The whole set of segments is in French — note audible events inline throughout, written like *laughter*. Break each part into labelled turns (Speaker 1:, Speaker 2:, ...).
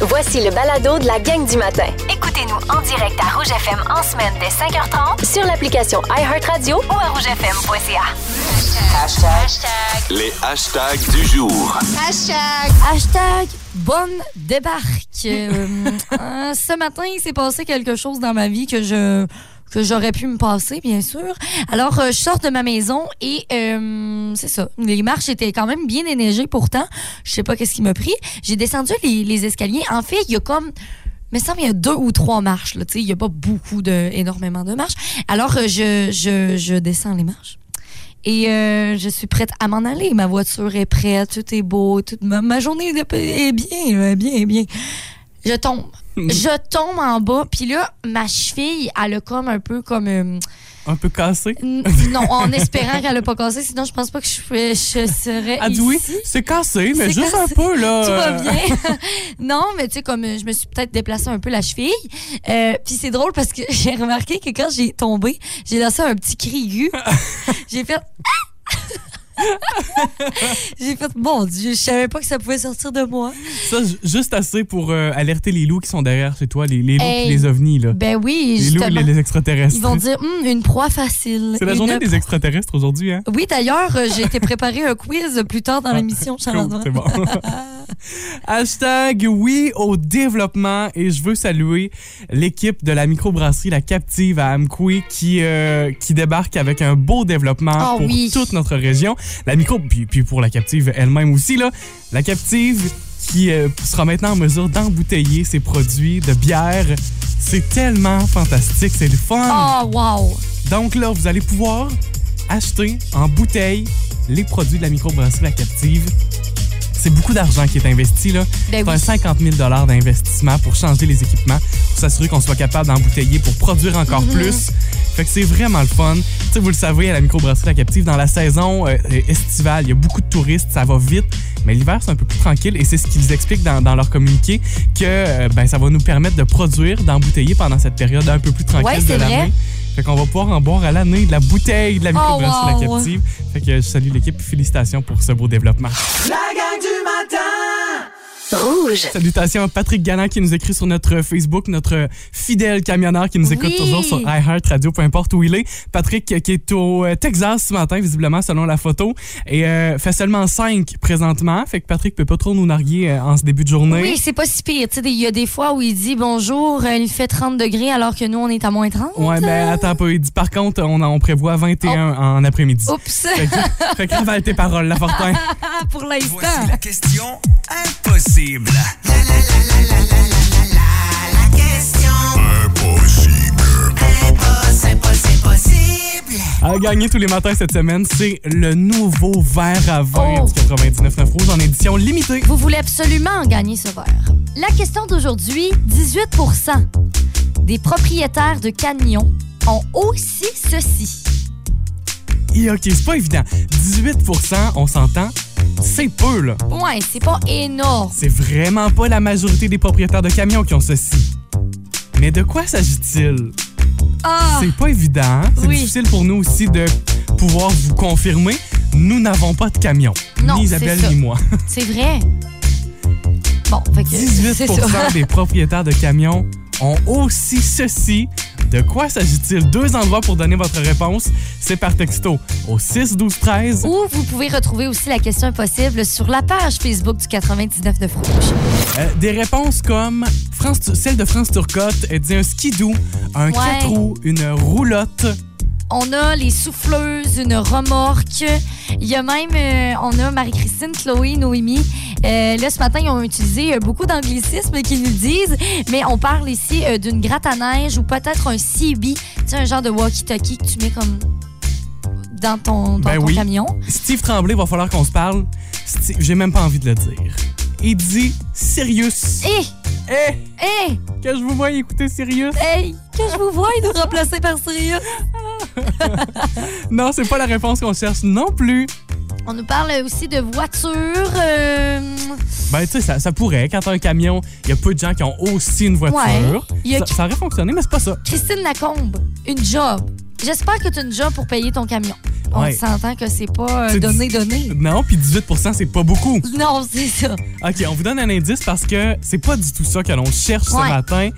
Speaker 1: Voici le balado de la gang du matin. Écoutez-nous en direct à Rouge FM en semaine dès 5h30 sur l'application iHeartRadio ou à rougefm.ca.
Speaker 2: Les hashtags du jour.
Speaker 3: Hashtag bonne débarque. Euh, euh, ce matin, il s'est passé quelque chose dans ma vie que je que j'aurais pu me passer, bien sûr. Alors, euh, je sors de ma maison et euh, c'est ça. Les marches étaient quand même bien enneigées pourtant. Je sais pas qu'est-ce qui m'a pris. J'ai descendu les, les escaliers. En fait, il y a comme... Mais ça, il y a deux ou trois marches. là, tu sais. Il n'y a pas beaucoup de, énormément de marches. Alors, euh, je, je, je descends les marches. Et euh, je suis prête à m'en aller. Ma voiture est prête, tout est beau, toute ma, ma journée est est bien, là, bien, bien. Je tombe. je tombe en bas. Puis là, ma cheville, elle a comme un peu comme... euh,
Speaker 4: Un peu cassé.
Speaker 3: n- non, en espérant qu'elle n'a pas cassé. Sinon, je pense pas que je, je
Speaker 4: *laughs*
Speaker 3: serais
Speaker 4: Elle dit
Speaker 3: ici.
Speaker 4: oui, c'est cassé, mais
Speaker 3: C'est
Speaker 4: juste
Speaker 3: cassé.
Speaker 4: un peu, là. euh,
Speaker 3: Tout va bien. *laughs* non, mais tu sais, comme euh, je me suis peut-être déplacée un peu la cheville. Euh, Puis c'est drôle parce que *laughs* j'ai remarqué que quand j'ai tombé, j'ai lancé un petit cri
Speaker 4: *laughs*
Speaker 3: aigu. j'ai fait. *laughs* Ah! j'ai fait, bon Dieu, je savais pas que ça pouvait sortir de moi.
Speaker 4: Ça, ju- juste assez pour euh, alerter les loups qui sont derrière chez toi, les, les loups
Speaker 3: Hey.
Speaker 4: et les ovnis, là.
Speaker 3: Ben oui,
Speaker 4: les loups et
Speaker 3: justement.
Speaker 4: les, les extraterrestres.
Speaker 3: Ils vont dire, Hum, une proie facile.
Speaker 4: C'est la
Speaker 3: Une
Speaker 4: journée
Speaker 3: proie-
Speaker 4: des extraterrestres aujourd'hui, hein?
Speaker 3: Oui, d'ailleurs, euh, j'ai été préparé un quiz plus tard dans l'émission, Charles
Speaker 4: Cool, Ah, c'est bon. *laughs* Hashtag oui au développement et je veux saluer l'équipe de la microbrasserie La Captive à Amqui qui, euh, qui débarque avec un beau développement
Speaker 3: Ah
Speaker 4: pour
Speaker 3: oui.
Speaker 4: toute notre région. La micro, puis, puis pour la Captive elle-même aussi, là. La Captive qui euh, sera maintenant en mesure d'embouteiller ses produits de bière. C'est tellement fantastique, c'est le fun.
Speaker 3: Oh, wow!
Speaker 4: Donc là, vous allez pouvoir acheter en bouteille les produits de la microbrasserie La Captive. C'est beaucoup d'argent qui est investi. là.
Speaker 3: Ben
Speaker 4: C'est
Speaker 3: oui.
Speaker 4: un 50 000 d'investissement pour changer les équipements, pour s'assurer qu'on soit capable d'embouteiller, pour produire encore
Speaker 3: Mm-hmm.
Speaker 4: plus. Fait que c'est vraiment le fun. Tu sais, vous le savez, à la microbrasserie La Captive, dans la saison euh, euh, estivale, il y a beaucoup de touristes, ça va vite. Mais l'hiver, c'est un peu plus tranquille et c'est ce qu'ils expliquent dans, dans leur communiqué que euh, ben, ça va nous permettre de produire, d'embouteiller pendant cette période un peu plus tranquille
Speaker 3: Ouais,
Speaker 4: de
Speaker 3: c'est vrai.
Speaker 4: l'année. Fait qu'on va pouvoir en boire à l'année de la bouteille de la microbrasserie
Speaker 3: Oh, wow.
Speaker 4: La Captive. Fait que je salue l'équipe puis félicitations pour ce beau développement.
Speaker 1: Rouge.
Speaker 4: Salutations à Patrick Galland qui nous écrit sur notre Facebook, notre fidèle camionneur qui nous écoute
Speaker 3: Oui.
Speaker 4: toujours sur iHeart Radio, peu importe où il est. Patrick euh, qui est au euh, Texas ce matin, visiblement, selon la photo, et euh, fait seulement 5 présentement. Fait que Patrick peut pas trop nous narguer euh, en ce début de journée.
Speaker 3: Oui, c'est pas si pire. Tu sais, il y a des fois où il dit bonjour, euh, il fait 30 degrés alors que nous, on est à moins 30.
Speaker 4: Ouais, ben attends pas, il dit par contre, on, en- on prévoit
Speaker 3: Oh.
Speaker 4: 21 en après-midi.
Speaker 3: *laughs* Oups,
Speaker 4: Fait que, fait que ravale tes paroles, Lafortin.
Speaker 3: *laughs* pour
Speaker 5: Voici
Speaker 3: l'instant.
Speaker 5: la question impossible.
Speaker 4: À gagner tous les matins cette semaine, c'est le nouveau verre à vin
Speaker 3: Oh.
Speaker 4: du 99 rouge en édition limitée.
Speaker 3: Vous voulez absolument en gagner ce verre. La question d'aujourd'hui, 18 des propriétaires de camions ont aussi ceci.
Speaker 4: Et OK, c'est pas évident. 18 on s'entend, c'est peu, là.
Speaker 3: Ouais, c'est pas énorme.
Speaker 4: C'est vraiment pas la majorité des propriétaires de camions qui ont ceci. Mais de quoi s'agit-il?
Speaker 3: Ah,
Speaker 4: C'est pas évident. hein? C'est
Speaker 3: Oui.
Speaker 4: difficile pour nous aussi de pouvoir vous confirmer. Nous n'avons pas de camion.
Speaker 3: Non,
Speaker 4: ni Isabelle,
Speaker 3: c'est ça.
Speaker 4: ni moi.
Speaker 3: c'est vrai. Bon, fait que c'est
Speaker 4: 18
Speaker 3: ça. *laughs*
Speaker 4: des propriétaires de camions ont aussi ceci. De quoi s'agit-il? Deux endroits pour donner votre réponse. C'est par texto au 6 12 13
Speaker 3: Ou vous pouvez retrouver aussi la question impossible sur la page Facebook du 99 de Rouge.
Speaker 4: Euh, des réponses comme France, Tu- celle de France Turcotte, elle dit un skidoo, un
Speaker 3: Ouais.
Speaker 4: quatre roues, une roulotte.
Speaker 3: On a les souffleuses, une remorque. Il y a même, euh, on a Marie-Christine, Chloé, Noémie. Euh, là, ce matin, ils ont utilisé euh, beaucoup d'anglicismes qui nous le disent, mais on parle ici euh, d'une gratte à neige ou peut-être un CB, tu sais, un genre de walkie-talkie que tu mets comme dans ton, dans
Speaker 4: Ben
Speaker 3: ton
Speaker 4: oui.
Speaker 3: camion.
Speaker 4: Steve Tremblay, va falloir qu'on se parle. Sti- J'ai même pas envie de le dire. Il dit Sirius.
Speaker 3: Hé!
Speaker 4: Eh,
Speaker 3: Hé!
Speaker 4: que je vous vois écouter Sirius.
Speaker 3: Hé! Que je vous vois nous remplacer par sérieux.
Speaker 4: Non, c'est pas la réponse qu'on cherche non plus.
Speaker 3: On nous parle aussi de voiture. euh,
Speaker 4: Ben, tu sais, ça, ça pourrait. Quand t'as un camion, il y a peu de gens qui ont aussi une voiture.
Speaker 3: Il y a
Speaker 4: Ça, ça aurait fonctionné, mais c'est pas ça.
Speaker 3: Christine Lacombe, une job. J'espère que tu as une job pour payer ton camion. On
Speaker 4: Ouais.
Speaker 3: s'entend que c'est pas euh,
Speaker 4: C'est
Speaker 3: donné,
Speaker 4: *laughs*
Speaker 3: donné.
Speaker 4: Non, puis 18 c'est pas beaucoup.
Speaker 3: Non, c'est ça.
Speaker 4: OK, on vous donne un indice parce que c'est pas du tout ça que l'on cherche
Speaker 3: Ouais.
Speaker 4: ce matin.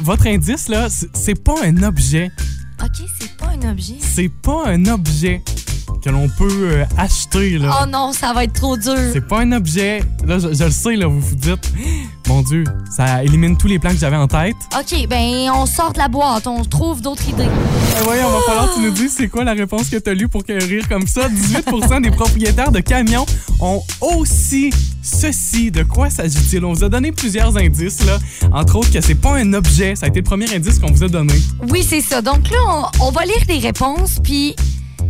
Speaker 4: Votre indice, là, c'est- c'est pas un objet.
Speaker 3: OK, c'est pas un objet.
Speaker 4: C'est pas un objet que l'on peut euh, acheter, là.
Speaker 3: Oh non, ça va être trop dur.
Speaker 4: C'est pas un objet. Là, je, je le sais, là, vous vous dites, mon Dieu, ça élimine tous les plans que j'avais en tête.
Speaker 3: OK, ben on sort de la boîte, on trouve d'autres idées.
Speaker 4: Eh oui, on va falloir que tu nous dises c'est quoi la réponse que tu as lue pour qu'elle rire comme ça. 18 des propriétaires de camions ont aussi ceci. De quoi s'agit-il? On vous a donné plusieurs indices, là. Entre autres, que c'est pas un objet. Ça a été le premier indice qu'on vous a donné.
Speaker 3: Oui, c'est ça. Donc là, on, on va lire les réponses, puis...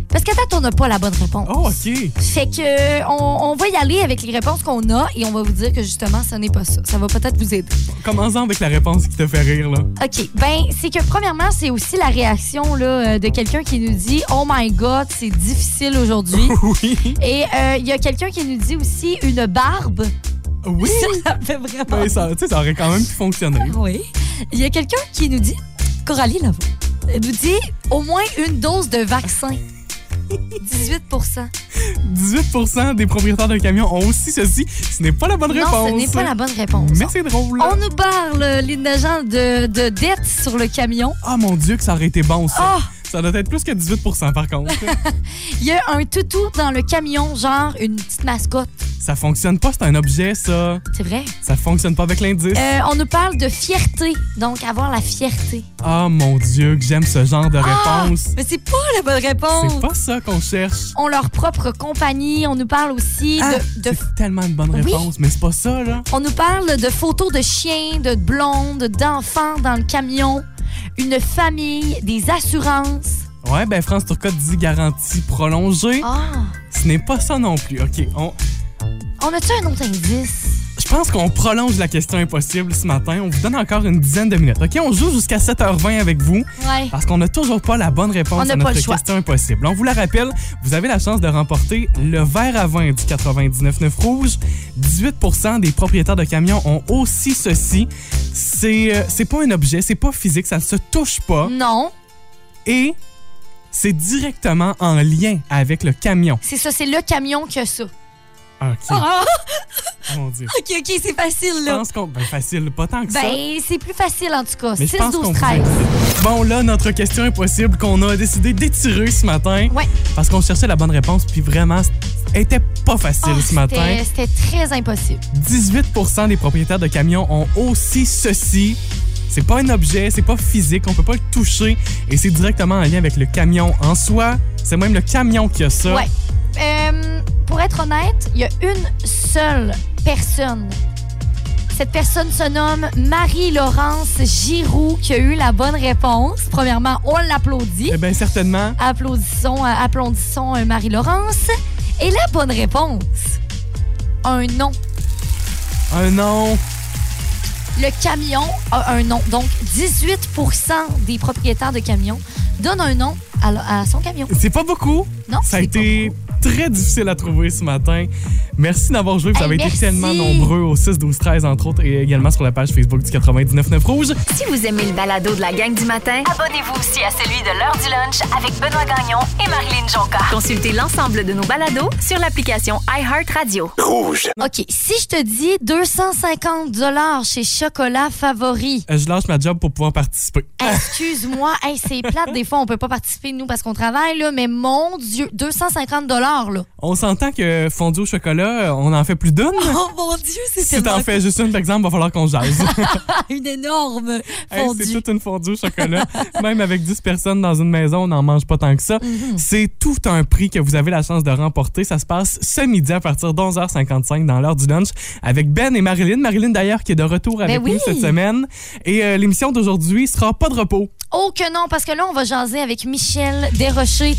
Speaker 3: Parce qu'à date, on n'a pas la bonne réponse.
Speaker 4: Oh, OK.
Speaker 3: Fait que on, on va y aller avec les réponses qu'on a et on va vous dire que justement, ce n'est pas ça. Ça va peut-être vous aider.
Speaker 4: Commençons avec la réponse qui te fait rire, là.
Speaker 3: OK. Ben, c'est que premièrement, c'est aussi la réaction là, euh, de quelqu'un qui nous dit Oh my God, c'est difficile aujourd'hui.
Speaker 4: Oui. *laughs*
Speaker 3: et euh, il y a quelqu'un qui nous dit aussi une barbe.
Speaker 4: Oui.
Speaker 3: *laughs* Ça, ça me fait vraiment.
Speaker 4: Ben, ça, tu sais, ça aurait quand même pu fonctionner.
Speaker 3: Oui. Il y a quelqu'un qui nous dit Coralie Lavo. Elle nous dit au moins une dose de
Speaker 4: *laughs*
Speaker 3: vaccin. 18
Speaker 4: 18 des propriétaires de camions ont aussi ceci. Ce n'est pas la bonne
Speaker 3: Non,
Speaker 4: réponse.
Speaker 3: ce n'est pas la bonne réponse.
Speaker 4: Mais c'est drôle.
Speaker 3: On nous parle, Lynn Nagent, de, de dette sur le camion.
Speaker 4: Ah mon Dieu, que ça aurait été bon, ça.
Speaker 3: Ah!
Speaker 4: Ça doit être plus que 18 par contre.
Speaker 3: Il y a un toutou dans le camion, genre une petite mascotte.
Speaker 4: ça fonctionne pas, c'est un objet, ça.
Speaker 3: C'est vrai.
Speaker 4: Ça fonctionne pas avec l'indice.
Speaker 3: Euh, on nous parle de fierté, donc avoir la fierté. Ah,
Speaker 4: Ah mon Dieu, que j'aime ce genre de réponse.
Speaker 3: Mais c'est pas la bonne réponse.
Speaker 4: C'est pas ça qu'on cherche.
Speaker 3: On leur propre compagnie. On nous parle aussi
Speaker 4: Ah,
Speaker 3: de, de-
Speaker 4: c'est tellement une bonne
Speaker 3: Oui.
Speaker 4: réponse, mais c'est pas ça, là.
Speaker 3: On nous parle de photos de chiens, de blondes, d'enfants dans le camion, une famille, des assurances.
Speaker 4: Ouais, ben France Turcotte dit garantie prolongée.
Speaker 3: Ah!
Speaker 4: Ce n'est pas ça non plus. OK, on-
Speaker 3: On a-tu un autre indice?
Speaker 4: je pense qu'on prolonge la question impossible ce matin. On vous donne encore une dizaine de minutes. OK, on joue jusqu'à 7h20 avec vous.
Speaker 3: Ouais.
Speaker 4: Parce qu'on n'a toujours pas la bonne
Speaker 3: On
Speaker 4: réponse
Speaker 3: n'a
Speaker 4: à
Speaker 3: pas
Speaker 4: notre
Speaker 3: le choix.
Speaker 4: question impossible. On vous la rappelle, vous avez la chance de remporter le verre à vin du 99.9 Rouge. 18 des propriétaires de camions ont aussi ceci. C'est euh, c'est pas un objet, c'est pas physique, ça ne se touche pas.
Speaker 3: Non.
Speaker 4: Et c'est directement en lien avec le camion.
Speaker 3: C'est ça, c'est le camion qui a ça.
Speaker 4: OK,
Speaker 3: Ah!
Speaker 4: mon Dieu.
Speaker 3: OK, OK, c'est facile,
Speaker 4: Je
Speaker 3: là.
Speaker 4: pense qu'on... Ben, facile, pas tant que ça.
Speaker 3: Ben, c'est plus facile en tout cas.
Speaker 4: Mais
Speaker 3: 6,
Speaker 4: je pense qu'on
Speaker 3: 12,
Speaker 4: vous
Speaker 3: 13.
Speaker 4: aide. Bon, là, notre question impossible qu'on a décidé d'étirer ce matin.
Speaker 3: Ouais.
Speaker 4: Parce qu'on cherchait la bonne réponse, puis vraiment, c'était pas facile
Speaker 3: Ah,
Speaker 4: ce matin.
Speaker 3: c'était- C'était très impossible.
Speaker 4: 18 des propriétaires de camions ont aussi ceci. C'est pas un objet, c'est pas physique, on peut pas le toucher et c'est directement en lien avec le camion en soi. C'est même le camion qui a ça.
Speaker 3: Ouais. Euh, pour être honnête, il y a une seule personne. Cette personne se nomme Marie-Laurence Giroux qui a eu la bonne réponse. Premièrement, on l'applaudit.
Speaker 4: Eh bien, certainement,
Speaker 3: Applaudissons, euh, applaudissons euh, Marie-Laurence. Et la bonne réponse, un nom.
Speaker 4: un nom.
Speaker 3: Le camion a un nom. Donc, 18 des propriétaires de camions donnent un nom à, le- à son camion.
Speaker 4: C'est pas beaucoup.
Speaker 3: Non,
Speaker 4: Ça
Speaker 3: Oh,
Speaker 4: a
Speaker 3: c'est
Speaker 4: été
Speaker 3: pas
Speaker 4: très difficile à trouver ce matin. Merci d'avoir joué. Vous
Speaker 3: Hey,
Speaker 4: avez été
Speaker 3: merci.
Speaker 4: tellement nombreux au 6, 12, 13, entre autres, et également sur la page Facebook du 99.9 Rouge.
Speaker 1: Si vous aimez le balado de la gang du matin, abonnez-vous aussi à celui de l'heure du lunch avec Benoît Gagnon et Marilyn Jonca. Consultez l'ensemble de nos balados sur l'application iHeartRadio.
Speaker 2: Rouge.
Speaker 3: OK, si je te dis 250 dollars chez Chocolat *laughs* Favori,
Speaker 4: Euh, Je lâche ma job pour pouvoir participer.
Speaker 3: excuse-moi, hey, c'est plate, des fois on peut pas participer nous parce qu'on travaille là, mais mon dieu, 250 dollars là.
Speaker 4: On s'entend que fondue au chocolat, euh, on en fait plus d'une.
Speaker 3: *laughs* Oh mon dieu, c'est
Speaker 4: Si t'en
Speaker 3: tellement
Speaker 4: fais juste une, par exemple, va falloir qu'on jase.
Speaker 3: une énorme
Speaker 4: Hey,
Speaker 3: fondue.
Speaker 4: c'est toute une fondue au chocolat. *laughs* Même avec 10 personnes dans une maison, on n'en mange pas tant que ça.
Speaker 3: Mm-hmm.
Speaker 4: C'est tout un prix que vous avez la chance de remporter. Ça se passe ce midi à partir de 11h55 dans l'heure du lunch avec Ben et Marilyn. Marilyn, d'ailleurs, qui est de retour avec
Speaker 3: Ben oui.
Speaker 4: nous cette semaine. Et euh, l'émission d'aujourd'hui sera pas de repos.
Speaker 3: Oh que non, parce que là on va jaser avec Michel Desrochers,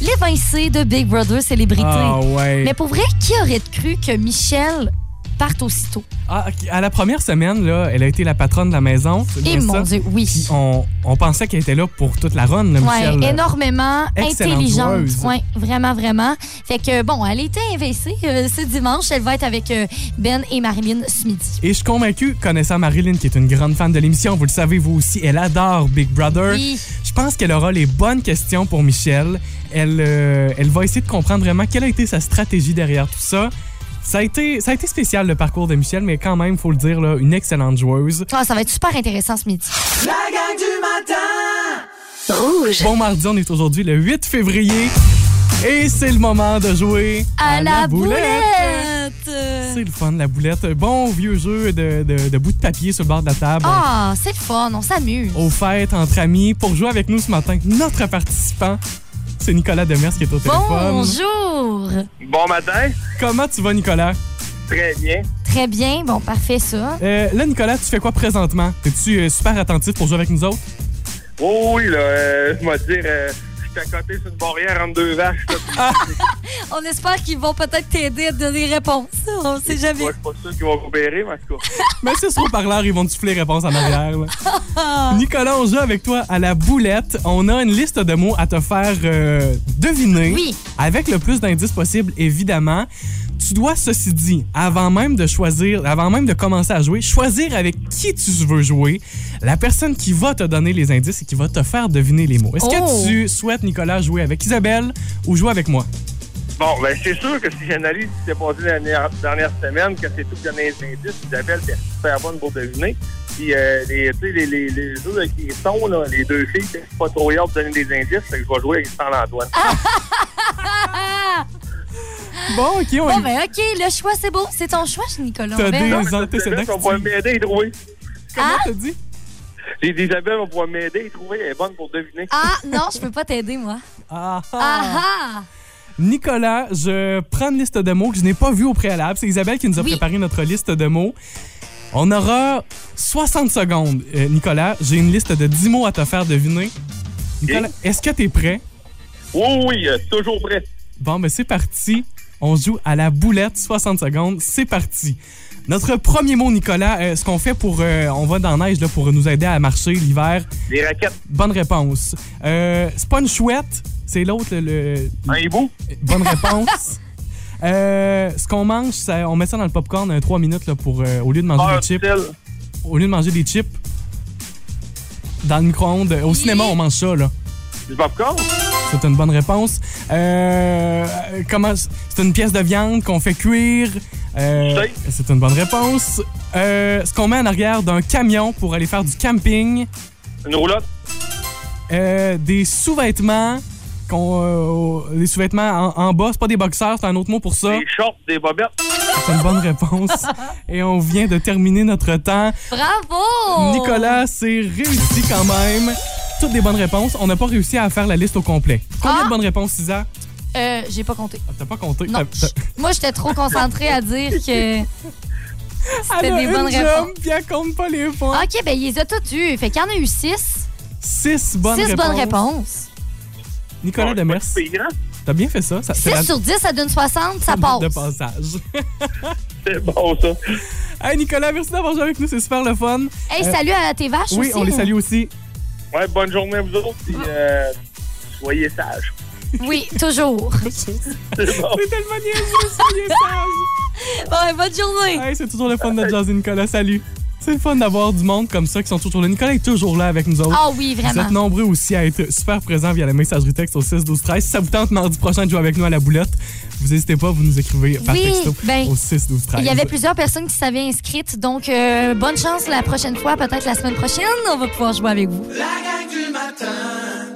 Speaker 3: l'évincé de Big Brother Célébrité.
Speaker 4: Ah, ouais.
Speaker 3: Mais pour vrai, qui aurait cru que Michel parte aussitôt?
Speaker 4: Ah, ok. à la première semaine, là, elle a été la patronne de la maison. c'est
Speaker 3: Et
Speaker 4: bien
Speaker 3: Eh, mon
Speaker 4: ça.
Speaker 3: dieu, oui.
Speaker 4: Puis on, on pensait qu'elle était là pour toute la run, là, Michel.
Speaker 3: Ouais, énormément
Speaker 4: Excellente
Speaker 3: intelligente.
Speaker 4: joueuse.
Speaker 3: Ouais, vraiment, vraiment. Fait que bon, elle était invaincue euh, ce dimanche. Elle va être avec euh, Ben et Marilyn ce midi.
Speaker 4: Et je suis convaincu, connaissant Marilyn, qui est une grande fan de l'émission, vous le savez, vous aussi, elle adore Big Brother.
Speaker 3: Oui.
Speaker 4: Je Je pense qu'elle aura les bonnes questions pour Michel. Elle, euh, elle va essayer de comprendre vraiment quelle a été sa stratégie derrière tout ça. Ça a été, ça a été spécial le parcours de Michel, mais quand même, faut le dire, là, une excellente joueuse.
Speaker 3: Ah, ça va être super intéressant ce midi.
Speaker 5: La gang du matin!
Speaker 4: Bon mardi, on est aujourd'hui le 8 février et c'est le moment de jouer
Speaker 3: À, la, boulette!
Speaker 4: C'est le fun, la boulette. Bon vieux jeu de, de, de bout de papier sur le bord de la table.
Speaker 3: Ah, c'est le fun, on s'amuse.
Speaker 4: aux fêtes entre amis pour jouer avec nous ce matin. Notre participant, c'est Nicolas Demers qui est au téléphone.
Speaker 3: Bonjour!
Speaker 6: Bon matin.
Speaker 4: Comment tu vas, Nicolas?
Speaker 6: Très bien.
Speaker 3: Très bien, bon, parfait ça.
Speaker 4: Euh, là, Nicolas, tu fais quoi présentement? Es-tu euh, super attentif pour jouer avec nous autres?
Speaker 6: Oh oui, là, euh, je vais te dire, euh, je suis à côté sur une barrière entre deux vaches. là.
Speaker 3: On espère qu'ils vont peut-être t'aider à te donner des réponses. On sait jamais.
Speaker 6: Moi, je suis pas sûr qu'ils vont coopérer, mais en tout cas.
Speaker 4: Mais c'est sur parleur, ils vont te souffler les réponses en arrière.
Speaker 3: *laughs*
Speaker 4: là. Nicolas, on joue avec toi à la boulette. On a une liste de mots à te faire euh, deviner.
Speaker 3: Oui.
Speaker 4: Avec le plus d'indices possible, évidemment. Tu dois, ceci dit, avant même de choisir, avant même de commencer à jouer, choisir avec qui tu veux jouer, la personne qui va te donner les indices et qui va te faire deviner les mots. Est-ce
Speaker 3: Oh.
Speaker 4: que tu souhaites, Nicolas, jouer avec Isabelle ou jouer avec moi?
Speaker 6: Bon, ben, c'est sûr que si j'analyse ce qui s'est passé la dernière, dernière semaine, que c'est tout donné les indices, Isabelle était super bonne pour deviner. Puis, euh, les, tu sais, les, les, les jeux de questions, là, les deux filles, c'est pas trop hier pour donner des indices, fait que je vais jouer avec Saint-Antoine.
Speaker 4: Ah, Bon, OK, on
Speaker 3: Ah! Bon,
Speaker 4: y-
Speaker 3: ben, OK, le choix, c'est beau. C'est ton choix, Nicolas.
Speaker 4: T'as
Speaker 3: On verra.
Speaker 4: des- les antécédents
Speaker 6: Isabelle,
Speaker 4: que
Speaker 6: on
Speaker 4: tu
Speaker 6: va
Speaker 4: dis.
Speaker 6: m'aider à les trouver.
Speaker 4: Comment
Speaker 3: ah!
Speaker 4: t'as dit?
Speaker 6: J'ai dit, Isabelle, on va m'aider à les trouver, elle est bonne pour deviner.
Speaker 3: Ah, non, je peux pas t'aider, moi.
Speaker 4: Ah, ah.
Speaker 3: Ah, ah!
Speaker 4: Nicolas, je prends une liste de mots que je n'ai pas vue au préalable. C'est Isabelle qui nous a
Speaker 3: Oui.
Speaker 4: préparé notre liste de mots. On aura 60 secondes. Euh, Nicolas, j'ai une liste de 10 mots à te faire deviner. Nicolas, est-ce que tu es prêt?
Speaker 6: Oui, oui, euh, toujours prêt.
Speaker 4: Bon, ben c'est parti. On joue à la boulette, 60 secondes. C'est parti. Notre premier mot, Nicolas, euh, ce qu'on fait pour... euh, on va dans la neige là, pour nous aider à marcher l'hiver.
Speaker 6: Les raquettes,
Speaker 4: Bonne réponse. Euh, c'est pas une chouette, c'est l'autre, le- le,
Speaker 6: un hibou.
Speaker 4: Bonne réponse. Euh, ce qu'on mange, ça- on met ça dans le popcorn euh, trois minutes là, pour, euh, au lieu de manger
Speaker 6: Ah,
Speaker 4: des chips.
Speaker 6: tel.
Speaker 4: Au lieu de manger des chips dans le micro-ondes. Au cinéma, on mange ça, là.
Speaker 6: Du popcorn?
Speaker 4: C'est une bonne réponse. Euh, euh, comment. C'est une pièce de viande qu'on fait cuire. Euh,
Speaker 6: Steak.
Speaker 4: c'est une bonne réponse. Euh, ce qu'on met en arrière d'un camion pour aller faire du camping.
Speaker 6: Une roulotte?
Speaker 4: Euh, des sous-vêtements. qu'on, euh, des sous-vêtements en, en bas. C'est pas des boxeurs, c'est un autre mot pour ça.
Speaker 6: Des shorts, des bobettes?
Speaker 4: C'est une bonne réponse. Et on vient de terminer notre temps.
Speaker 3: Bravo!
Speaker 4: Nicolas, c'est réussi quand même. Toutes des bonnes réponses. On n'a pas réussi à faire la liste au complet. Combien
Speaker 3: Ah!
Speaker 4: de bonnes réponses, Isa?
Speaker 3: Euh, j'ai pas compté.
Speaker 4: Ah, T'as pas compté.
Speaker 3: Non.
Speaker 4: T'as- t'as-
Speaker 3: Moi, j'étais trop concentrée à dire que.
Speaker 4: Elle
Speaker 3: des
Speaker 4: a une
Speaker 3: bonnes
Speaker 4: job,
Speaker 3: réponses.
Speaker 4: puis elle compte pas les points.
Speaker 3: OK, ben, il les a tous eus. Fait qu'il y en a eu six.
Speaker 4: Six bonnes
Speaker 3: Ah. six
Speaker 4: réponses.
Speaker 3: bonnes réponses.
Speaker 4: Nicolas
Speaker 6: de
Speaker 4: Demers,
Speaker 6: C'est hein? grand.
Speaker 4: t'as bien fait ça. ça c'est
Speaker 3: 6
Speaker 4: la
Speaker 3: sur 10, ça donne 60, ça
Speaker 4: note
Speaker 3: passe.
Speaker 4: de passage. *laughs*
Speaker 6: C'est bon, ça.
Speaker 4: hey, Nicolas, merci d'avoir joué avec nous. C'est super le fun.
Speaker 3: Hey,
Speaker 4: Euh,
Speaker 3: salut à tes vaches
Speaker 4: oui,
Speaker 3: aussi.
Speaker 4: on les salue aussi.
Speaker 6: Ouais, bonne journée à vous autres, puis euh, soyez sages. *laughs*
Speaker 3: Oui,
Speaker 4: *laughs*
Speaker 3: toujours.
Speaker 6: C'est bon.
Speaker 4: C'est tellement niaiseux,
Speaker 3: *laughs*
Speaker 4: soyez sages.
Speaker 3: Bon, bonne journée.
Speaker 4: Hey, c'est toujours le fun de jaser Nicolas. Salut. C'est le fun d'avoir du monde comme ça qui sont toujours là. Nicolas est toujours là avec nous autres.
Speaker 3: Ah oui,
Speaker 4: vous êtes
Speaker 3: vraiment.
Speaker 4: nombreux aussi à être super présents via la messagerie texte au 6 12 13. Si ça vous tente mardi prochain de jouer avec nous à la boulette, vous n'hésitez pas, vous nous écrivez par
Speaker 3: Oui,
Speaker 4: texto
Speaker 3: ben,
Speaker 4: au 6 12 13.
Speaker 3: Il y avait plusieurs personnes qui s'avaient inscrites, donc euh, bonne chance la prochaine fois, peut-être la semaine prochaine, on va pouvoir jouer avec vous.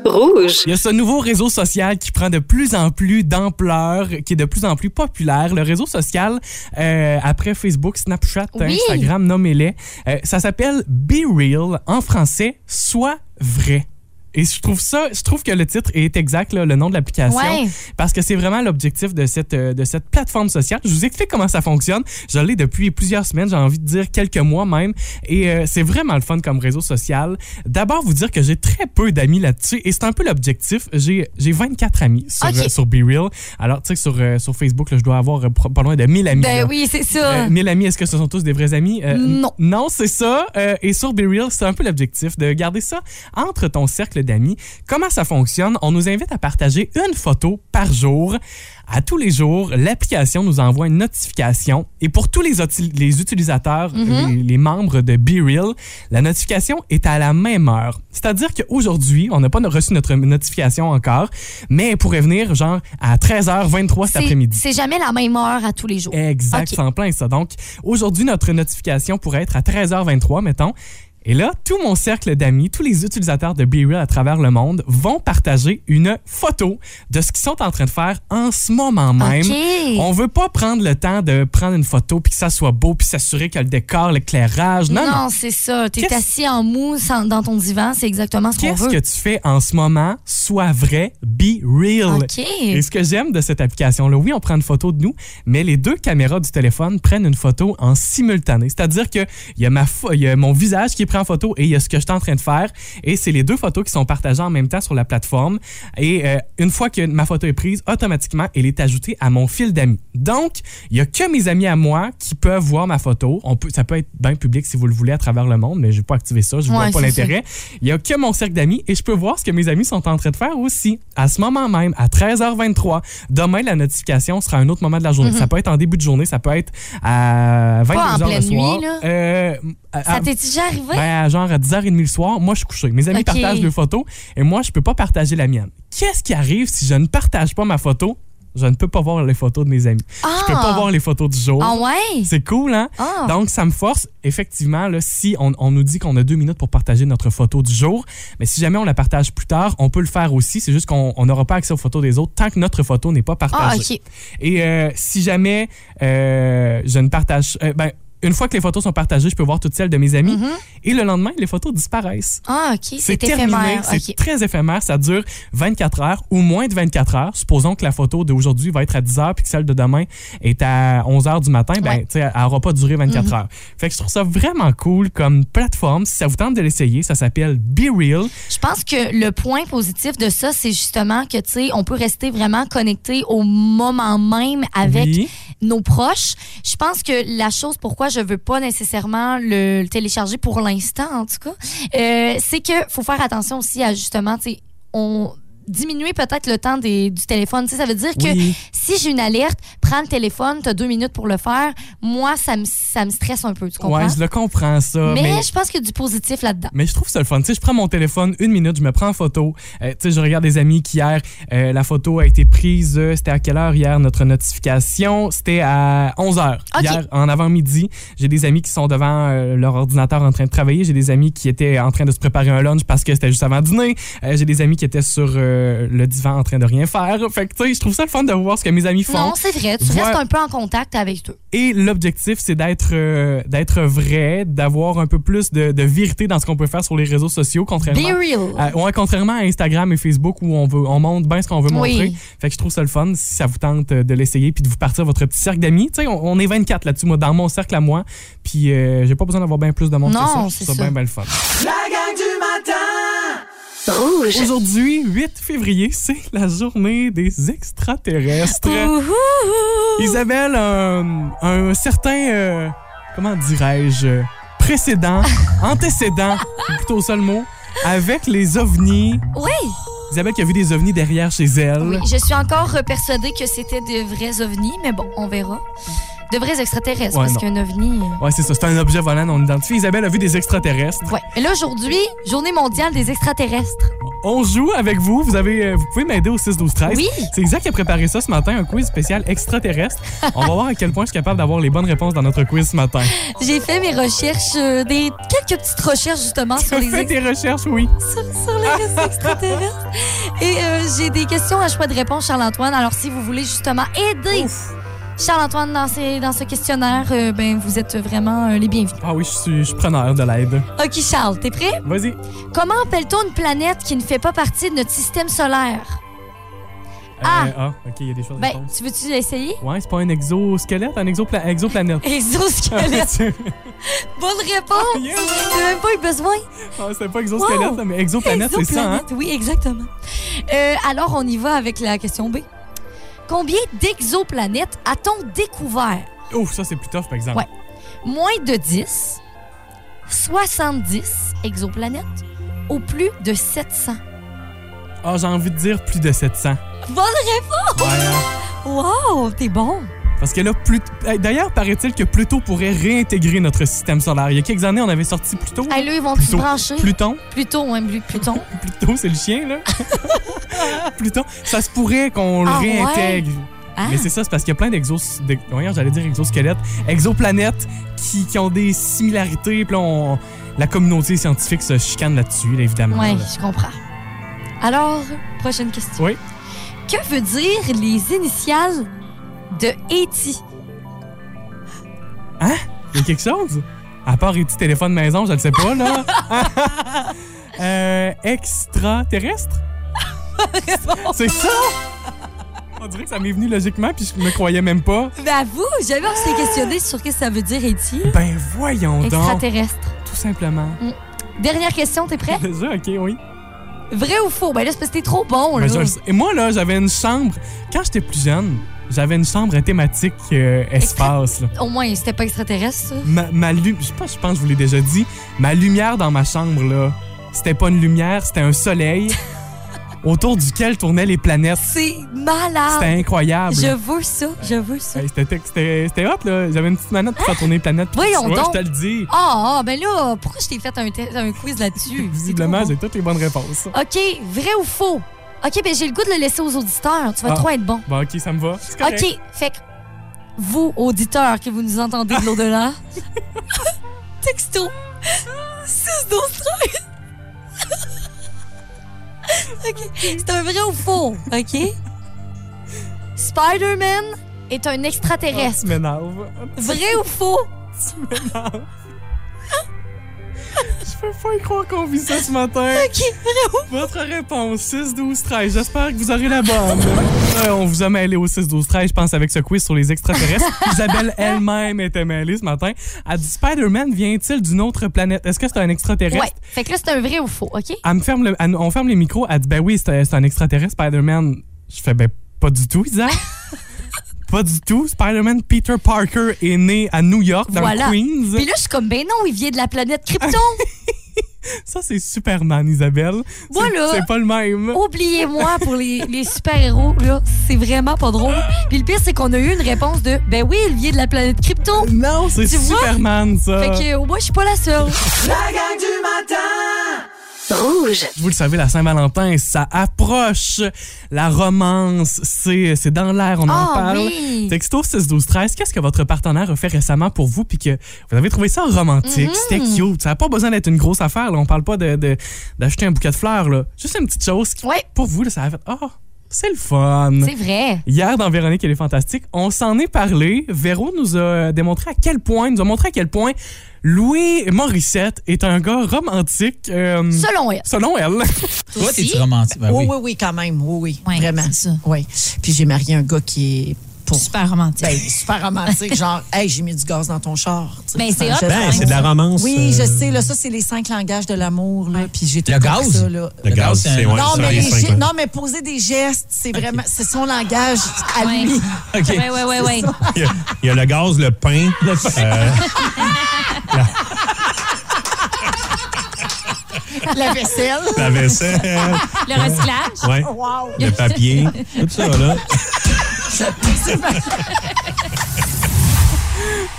Speaker 1: Rouge.
Speaker 4: Il y a ce nouveau réseau social qui prend de plus en plus d'ampleur, qui est de plus en plus populaire. Le réseau social, euh, après Facebook, Snapchat,
Speaker 3: Oui.
Speaker 4: Instagram, nommez-les, euh, ça s'appelle Be Real, en français, Sois vrai. Et je trouve ça, je trouve que le titre est exact, là, le nom de l'application,
Speaker 3: Ouais.
Speaker 4: parce que c'est vraiment l'objectif de cette, euh, de cette plateforme sociale. Je vous explique comment ça fonctionne. Je l'ai depuis plusieurs semaines, j'ai envie de dire quelques mois même, et euh, c'est vraiment le fun comme réseau social. D'abord, vous dire que j'ai très peu d'amis là-dessus, et c'est un peu l'objectif. J'ai j'ai 24 amis sur,
Speaker 3: Ok.
Speaker 4: euh, sur BeReal. Alors, tu sais, que sur, euh, sur Facebook, là, je dois avoir euh, pro- pas loin de 1000 amis. là.
Speaker 3: Ben oui, c'est ça.
Speaker 4: Euh, mille amis, est-ce que ce sont tous des vrais amis? Euh,
Speaker 3: Non.
Speaker 4: Non, c'est ça. Euh, et sur Be Real, c'est un peu l'objectif de garder ça entre ton cercle d'amis. Comment ça fonctionne? On nous invite à partager une photo par jour. À tous les jours, l'application nous envoie une notification. Et pour tous les, uti- les utilisateurs,
Speaker 3: Mm-hmm.
Speaker 4: les, les membres de BeReal, la notification est à la même heure. C'est-à-dire qu'aujourd'hui, on n'a pas reçu notre notification encore, mais elle pourrait venir genre à 13h23 cet
Speaker 3: C'est-
Speaker 4: après-midi.
Speaker 3: C'est jamais la même heure à tous les jours.
Speaker 4: Exact,
Speaker 3: Ok.
Speaker 4: c'est en plein ça. Donc, aujourd'hui, notre notification pourrait être à 13h23, mettons. Et là, tout mon cercle d'amis, tous les utilisateurs de BeReal à travers le monde vont partager une photo de ce qu'ils sont en train de faire en ce moment même.
Speaker 3: OK.
Speaker 4: On veut pas prendre le temps de prendre une photo puis que ça soit beau puis s'assurer que le décor, l'éclairage. Non,
Speaker 3: non,
Speaker 4: non.
Speaker 3: c'est ça. T'es
Speaker 4: Qu'est-ce- assis
Speaker 3: assis en mou dans ton divan, c'est exactement ce qu'on
Speaker 4: Qu'est-ce
Speaker 3: veut.
Speaker 4: que tu fais en ce moment? Sois vrai, be real.
Speaker 3: OK.
Speaker 4: Et ce que j'aime de cette application-là, oui, on prend une photo de nous, mais les deux caméras du téléphone prennent une photo en simultané. C'est-à-dire qu'il y, a ma fo- il y a mon visage qui est pris en photo et il y a ce que je suis en train de faire. Et c'est les deux photos qui sont partagées en même temps sur la plateforme. Et euh, une fois que ma photo est prise, automatiquement, elle est ajoutée à mon fil d'amis. Donc, il y a que mes amis à moi qui peuvent voir ma photo. On peut, ça peut être bien public si vous le voulez à travers le monde, mais je n'ai pas activé ça. Je ne
Speaker 3: Ouais,
Speaker 4: vois pas
Speaker 3: c'est
Speaker 4: l'intérêt.
Speaker 3: ça.
Speaker 4: Il n'y a que mon cercle d'amis et je peux voir ce que mes amis sont en train de faire aussi. À ce moment même, à 13h23, demain, la notification sera à un autre moment de la journée. Ça peut être en début de journée, ça peut être à 22h
Speaker 3: Mhm. en
Speaker 4: le
Speaker 3: pleine
Speaker 4: soir.
Speaker 3: nuit, là.
Speaker 4: Euh, à- à-
Speaker 3: Ça t'est déjà arrivé?
Speaker 4: ben, à genre à 10h30 le soir, moi je suis couché. Mes amis
Speaker 3: Ok.
Speaker 4: partagent deux photos et moi je peux pas partager la mienne. Qu'est-ce qui arrive si je ne partage pas ma photo? Je ne peux pas voir les photos de mes amis. Je peux pas
Speaker 3: Ah!
Speaker 4: voir les photos du jour.
Speaker 3: Ah ouais?
Speaker 4: oh, C'est cool, hein?
Speaker 3: Ah.
Speaker 4: Donc, ça me force, effectivement, là, si on, on nous dit qu'on a deux minutes pour partager notre photo du jour, mais si jamais on la partage plus tard, on peut le faire aussi. C'est juste qu'on on n'aura pas accès aux photos des autres tant que notre photo n'est pas
Speaker 3: Ah, OK.
Speaker 4: partagée. Et euh, si jamais euh, je ne partage... euh, ben, une fois que les photos sont partagées, je peux voir toutes celles de mes amis.
Speaker 3: Mm-hmm.
Speaker 4: Et le lendemain, les photos disparaissent.
Speaker 3: Ah, OK.
Speaker 4: C'est
Speaker 3: C'est
Speaker 4: terminé,
Speaker 3: éphémère.
Speaker 4: c'est
Speaker 3: OK.
Speaker 4: très éphémère, ça dure 24 heures ou moins de 24 heures. Supposons que la photo d'aujourd'hui va être à 10 heures puis que celle de demain est à 11 heures du matin, ben
Speaker 3: Ouais. Mhm.
Speaker 4: tu sais, elle n'aura pas duré 24 heures. Fait que je trouve ça vraiment cool comme plateforme. Si ça vous tente de l'essayer, ça s'appelle Be Real.
Speaker 3: Je pense que le point positif de ça, c'est justement que, tu sais, on peut rester vraiment connecté au moment même avec
Speaker 4: Oui.
Speaker 3: nos proches. Je pense que la chose pourquoi je veux pas nécessairement le, le télécharger pour l'instant, en tout cas, euh, c'est que faut faire attention aussi à justement, tu sais, on diminuer peut-être le temps des- du téléphone. Tu sais, ça veut dire que
Speaker 4: Oui.
Speaker 3: si j'ai une alerte, prends le téléphone, tu as deux minutes pour le faire. Moi, ça me, ça me stresse un peu, tu comprends?
Speaker 4: Ouais, je le comprends ça,
Speaker 3: mais,
Speaker 4: mais
Speaker 3: je pense qu'il y a du positif là-dedans.
Speaker 4: Mais je trouve ça le fun. Tu sais, je prends mon téléphone une minute, je me prends en photo. Euh, tu sais, je regarde des amis qui hier, euh, la photo a été prise. euh, C'était à quelle heure hier notre notification? C'était à 11 h
Speaker 3: Ok.
Speaker 4: Hier, en avant-midi, j'ai des amis qui sont devant euh, leur ordinateur en train de travailler. J'ai des amis qui étaient en train de se préparer un lunch parce que c'était juste avant dîner. Euh, j'ai des amis qui étaient sur euh, le divan en train de rien faire. Fait que, tu sais, je trouve ça le fun de voir ce que mes amis font.
Speaker 3: Non, c'est vrai, tu
Speaker 4: Ouais.
Speaker 3: restes un peu en contact avec eux.
Speaker 4: Et l'objectif, c'est d'être euh, d'être vrai, d'avoir un peu plus de, de vérité dans ce qu'on peut faire sur les réseaux sociaux,
Speaker 3: Be
Speaker 4: contrairement.
Speaker 3: real.
Speaker 4: à- Euh, ouais, contrairement à Instagram et Facebook où on veut on montre bien ce qu'on veut
Speaker 3: Oui.
Speaker 4: montrer. Fait que je trouve ça le fun si ça vous tente euh, de l'essayer puis de vous partir votre petit cercle d'amis. Tu sais, on, on est 24 là-dessus, moi, dans mon cercle à moi. Puis euh, j'ai pas besoin d'avoir bien plus de monde que
Speaker 3: Non,
Speaker 4: ça.
Speaker 3: c'est
Speaker 4: Je trouve
Speaker 3: ça.
Speaker 4: bien, bien le fun.
Speaker 5: La gang du matin!
Speaker 4: Aujourd'hui, 8 février, c'est la journée des extraterrestres.
Speaker 3: Ouhou!
Speaker 4: Isabelle, un, un certain, euh, comment dirais-je, euh,
Speaker 3: *laughs*
Speaker 4: précédent, antécédent, c'est plutôt ça le mot, avec les ovnis.
Speaker 3: Oui,
Speaker 4: Isabelle qui a vu des ovnis derrière chez elle.
Speaker 3: oui, je suis encore euh, persuadée que c'était de vrais ovnis, mais bon, on verra. De vrais extraterrestres,
Speaker 4: Ouais,
Speaker 3: parce
Speaker 4: non.
Speaker 3: qu'un ovni. euh,
Speaker 4: Ouais, c'est ça, c'est un objet volant non identifié. Isabelle a vu des extraterrestres.
Speaker 3: Ouais. Mais là, aujourd'hui, journée mondiale des extraterrestres.
Speaker 4: On joue avec vous. Vous, avez, euh, vous pouvez m'aider au 6-12-13.
Speaker 3: Oui.
Speaker 4: C'est Isaac qui a préparé ça ce matin, un quiz spécial extraterrestre. On va *laughs* voir à quel point je suis capable d'avoir les bonnes réponses dans notre quiz ce matin.
Speaker 3: J'ai fait mes recherches, euh, des quelques petites recherches justement *laughs*
Speaker 4: Tu
Speaker 3: sur
Speaker 4: as
Speaker 3: les,
Speaker 4: fait *laughs*
Speaker 3: ex-
Speaker 4: tes recherches, oui.
Speaker 3: sur, sur les restes extraterrestres. Et euh, j'ai des questions à choix de réponse, Charles-Antoine. Alors, si vous voulez justement aider Charles-Antoine dans, ses- dans ce questionnaire, euh, ben, vous êtes vraiment euh, les bienvenus.
Speaker 4: Ah oui, je suis, je suis preneur de l'aide.
Speaker 3: OK, Charles, t'es prêt?
Speaker 4: Vas-y. Euh,
Speaker 3: Comment appelle-t-on une planète qui ne fait pas partie de notre système solaire? Ah.
Speaker 4: Euh, ah, ok, il y a des choses à
Speaker 3: Ben,
Speaker 4: répondre.
Speaker 3: tu veux-tu essayer? *laughs*
Speaker 4: Ouais, c'est pas un exosquelette, un exopla- exoplanète.
Speaker 3: Exosquelette. *laughs*
Speaker 4: *laughs*
Speaker 3: Bonne réponse!
Speaker 4: Yeah!
Speaker 3: T'as Ah, même pas eu besoin.
Speaker 4: Ah, c'est pas exosquelette,
Speaker 3: Wow!
Speaker 4: là, mais
Speaker 3: Ben,
Speaker 4: exoplanète, c'est ça, hein?
Speaker 3: Exoplanète, Oui, exactement. Euh, alors, on y va avec la question B. Combien d'exoplanètes a-t-on découvert?
Speaker 4: Ouf, ça, c'est plus tough, par exemple.
Speaker 3: Ouais. Moins de 10, 70 exoplanètes ou plus de 700?
Speaker 4: Ah, j'ai envie de dire plus de 700.
Speaker 3: Bonne réponse!
Speaker 4: Ouais, hein.
Speaker 3: Wow, t'es bon!
Speaker 4: Parce que là, plus... Hey, d'ailleurs, paraît-il que Pluto pourrait réintégrer notre système solaire. Il y a quelques années, on avait sorti Pluto.
Speaker 3: Hey, là, ils vont se
Speaker 4: Pluto.
Speaker 3: brancher.
Speaker 4: Pluton.
Speaker 3: Pluton, hein, Blu- Pluton.
Speaker 4: Pluto, c'est le
Speaker 3: *laughs*
Speaker 4: chien, là. Pluton. Ça se pourrait qu'on le
Speaker 3: Ah ouais?
Speaker 4: réintègre.
Speaker 3: Ah,
Speaker 4: *laughs* Mais c'est ça, c'est parce qu'il y a plein d'exos... d'ex- voyons, j'allais dire exosquelettes. Exoplanètes qui, qui ont des similarités. Puis là, on- la communauté scientifique se chicane là-dessus, là, évidemment.
Speaker 3: ouais,
Speaker 4: là.
Speaker 3: je comprends. Alors, prochaine question.
Speaker 4: Oui.
Speaker 3: Que veut dire les initiales de
Speaker 4: *laughs*
Speaker 3: E.T.?
Speaker 4: Il y a quelque chose? À part les petits téléphones maison, je ne sais
Speaker 3: *laughs*
Speaker 4: pas, là. *laughs* euh, extraterrestre? C'est ça? On dirait que ça m'est venu logiquement, puis je me croyais même pas.
Speaker 3: Ben, avoue, j'avais envie de questionner sur qu'est-ce que ça veut dire E.T.
Speaker 4: Ben voyons donc,
Speaker 3: Extraterrestre.
Speaker 4: tout simplement.
Speaker 3: Dernière question, t'es
Speaker 4: *laughs*
Speaker 3: prêt?
Speaker 4: Déjà, ok, oui.
Speaker 3: Vrai ou faux? Ben là, c'est parce que t'es trop bon, là.
Speaker 4: Ben, je le sais. Et moi, là, j'avais une chambre. Quand j'étais plus jeune, j'avais une chambre à thématique euh, espace. là.
Speaker 3: Au moins, c'était pas extraterrestre, ça.
Speaker 4: Ma, ma lu- je sais pas, je pense que je vous l'ai déjà dit, ma lumière dans ma chambre, là, c'était pas une lumière, c'était
Speaker 3: *laughs*
Speaker 4: un soleil autour duquel tournaient les planètes.
Speaker 3: C'est malade!
Speaker 4: C'était incroyable.
Speaker 3: Ah, Je veux ça, je veux ça.
Speaker 4: Hey, c'était- C'était c'était hot, là. J'avais une petite manette pour faire tourner les planètes. puis
Speaker 3: Voyons
Speaker 4: tu vois,
Speaker 3: donc.
Speaker 4: Je te le dis.
Speaker 3: Ah, ah, ben là, pourquoi je t'ai fait un, te- un quiz là-dessus? C'est
Speaker 4: Visiblement,
Speaker 3: trop
Speaker 4: j'ai toutes les bonnes réponses.
Speaker 3: bon. OK, vrai ou faux? OK, ben j'ai le goût de le laisser aux auditeurs. Tu vas
Speaker 4: Ah.
Speaker 3: trop être bon.
Speaker 4: Bon, OK, ça me va. C'est correct.
Speaker 3: OK, fait que vous, auditeurs, que vous nous entendez de l'au-delà, *laughs* texto 6 12 13. *laughs* OK, c'est un vrai ou faux? OK? Spider-Man est un
Speaker 4: Ah,
Speaker 3: extraterrestre.
Speaker 4: tu m'énerves.
Speaker 3: Vrai ou faux?
Speaker 4: Tu m'énerves. Je peux pas y croire qu'on vit ça ce matin.
Speaker 3: *laughs* OK, vrai ou
Speaker 4: Votre réponse, 6, 12, 13. J'espère que vous aurez la bonne. Euh, on vous a mêlé au 6, 12, 13, je pense, avec ce quiz sur
Speaker 3: *laughs*
Speaker 4: les extraterrestres. Isabelle elle-même était mêlée ce matin. Elle dit Spider-Man vient-il d'une autre planète Est-ce que c'est un extraterrestre
Speaker 3: Ouais, fait que là, c'est un vrai ou faux, OK?
Speaker 4: Elle me ferme le- elle- on ferme les micros. Elle dit Ben oui, c'est un- c'est un extraterrestre, Spider-Man. Je fais Ben pas du tout,
Speaker 3: *laughs*
Speaker 4: Isa. pas du tout. Spider-Man Peter Parker est né à New York, dans
Speaker 3: Voilà.
Speaker 4: Queens.
Speaker 3: Puis là, je suis comme, ben non, il vient de la planète Krypton.
Speaker 4: Ça, c'est Superman, Isabelle. C'est-
Speaker 3: Voilà. Oh.
Speaker 4: C'est pas le même.
Speaker 3: Oubliez-moi pour les, les super-héros, là. C'est vraiment pas drôle. Puis le pire, c'est qu'on a eu une réponse de, ben oui, il vient de la planète Krypton.
Speaker 4: Non, c'est
Speaker 3: Tu vois?
Speaker 4: Superman, ça.
Speaker 3: Fait que, euh, moi, je suis pas la seule.
Speaker 5: La gang du matin!
Speaker 4: Vous le savez, la Saint-Valentin, ça approche. La romance, c'est c'est dans l'air, on en
Speaker 3: Ah,
Speaker 4: parle.
Speaker 3: oui.
Speaker 4: Texto 6 12 13 qu'est-ce que votre partenaire a fait récemment pour vous puis que vous avez trouvé ça romantique,
Speaker 3: Mm-hmm.
Speaker 4: c'était cute. Ça n'a pas besoin d'être une grosse affaire, là. on parle pas d'acheter de, d'acheter un bouquet de fleurs là, juste une petite chose qui,
Speaker 3: Ouais.
Speaker 4: pour vous là, ça a fait ah, c'est le fun.
Speaker 3: C'est vrai.
Speaker 4: Hier, dans Véronique, elle est fantastique, on s'en est parlé. Véro nous a démontré à quel point, nous a montré à quel point Louis Morissette est un gars romantique. euh,
Speaker 3: Selon elle.
Speaker 4: Selon elle.
Speaker 7: Toi, t'es-tu romantique? Ben
Speaker 8: oui,
Speaker 7: oui.
Speaker 8: oui, oui, quand même. Oui, oui.
Speaker 9: Ouais,
Speaker 8: vraiment.
Speaker 9: c'est ça.
Speaker 8: Oui. Puis j'ai marié un gars qui est pour.
Speaker 9: Super romantique.
Speaker 8: Ben, super
Speaker 7: *laughs*
Speaker 8: romantique. genre, hey, j'ai mis du gaz dans ton char. Tu sais,
Speaker 9: Ben, c'est
Speaker 8: je- euh,
Speaker 9: hot,
Speaker 8: je-
Speaker 9: Ben,
Speaker 7: c'est de la
Speaker 9: romance.
Speaker 8: Oui, je sais. Là, ça, c'est les cinq langages de l'amour. Là, Puis j'ai tout
Speaker 7: Le
Speaker 8: compris
Speaker 7: gaz?
Speaker 8: ça, là.
Speaker 10: Le gaz, c'est ouais,
Speaker 8: Non,
Speaker 10: c'est
Speaker 8: mais
Speaker 10: les
Speaker 8: les
Speaker 10: cinq,
Speaker 8: ge-
Speaker 10: ouais.
Speaker 8: non, mais poser des gestes, c'est vraiment. C'est son langage à
Speaker 9: Ouais.
Speaker 8: lui.
Speaker 7: *laughs* OK.
Speaker 9: Ouais, ouais, ouais, ouais.
Speaker 10: Il y, a, il y a le gaz,
Speaker 4: *laughs*
Speaker 10: le pain. euh,
Speaker 8: La vaisselle.
Speaker 10: la vaisselle,
Speaker 9: Le recyclage.
Speaker 8: *laughs*
Speaker 10: ouais,
Speaker 8: Wow.
Speaker 10: le papier, tout ça, là.